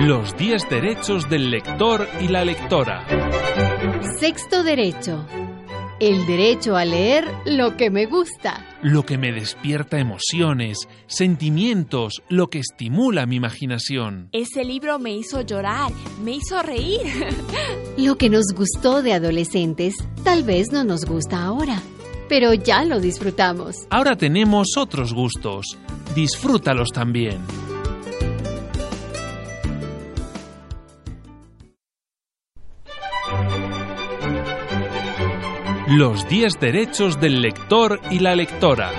Los 10 derechos del lector y la lectora. Sexto derecho. El derecho a leer lo que me gusta. Lo que me despierta emociones, sentimientos, lo que estimula mi imaginación. Ese libro me hizo llorar, me hizo reír. Lo que nos gustó de adolescentes tal vez no nos gusta ahora, pero ya lo disfrutamos. Ahora tenemos otros gustos. Disfrútalos también. Los 10 derechos del lector y la lectora.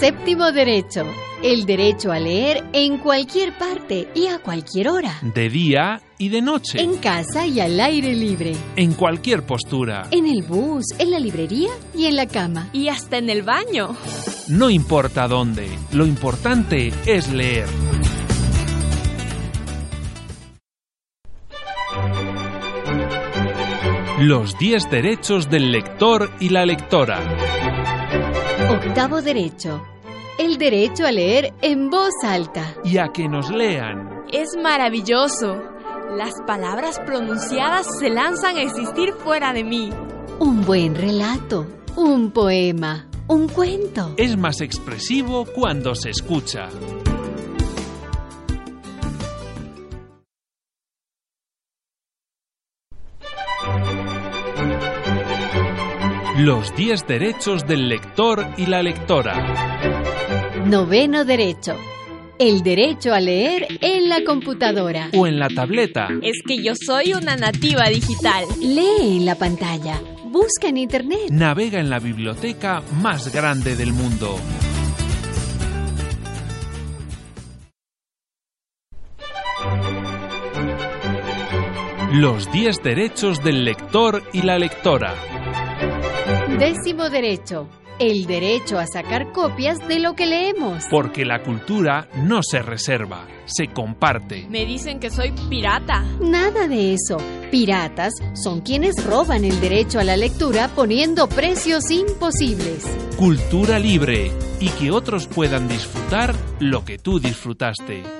Séptimo derecho. El derecho a leer en cualquier parte y a cualquier hora. De día y de noche. En En, casa y al aire libre. cualquier postura. En el bus, en la librería y en la cama. Y hasta en el baño. No importa dónde. Lo importante es leer. Los 10 derechos del lector y la lectora. Octavo derecho. El derecho a leer en voz alta. Y a que nos lean. Es maravilloso. Las palabras pronunciadas se lanzan a existir fuera de mí. Un buen relato, un poema, un cuento. es más expresivo cuando se escucha. Los 10 derechos del lector y la lectora. Noveno derecho. El derecho a leer en la computadora. O en la tableta. Es que yo soy una nativa digital. Lee en la pantalla. Busca en internet. Navega en la biblioteca más grande del mundo. Los 10 derechos del lector y la lectora. Décimo derecho. El derecho a sacar copias de lo que leemos. Porque la cultura no se reserva, se comparte. Me dicen que soy pirata. Nada de eso. Piratas son quienes roban el derecho a la lectura poniendo precios imposibles. Cultura libre y que otros puedan disfrutar lo que tú disfrutaste.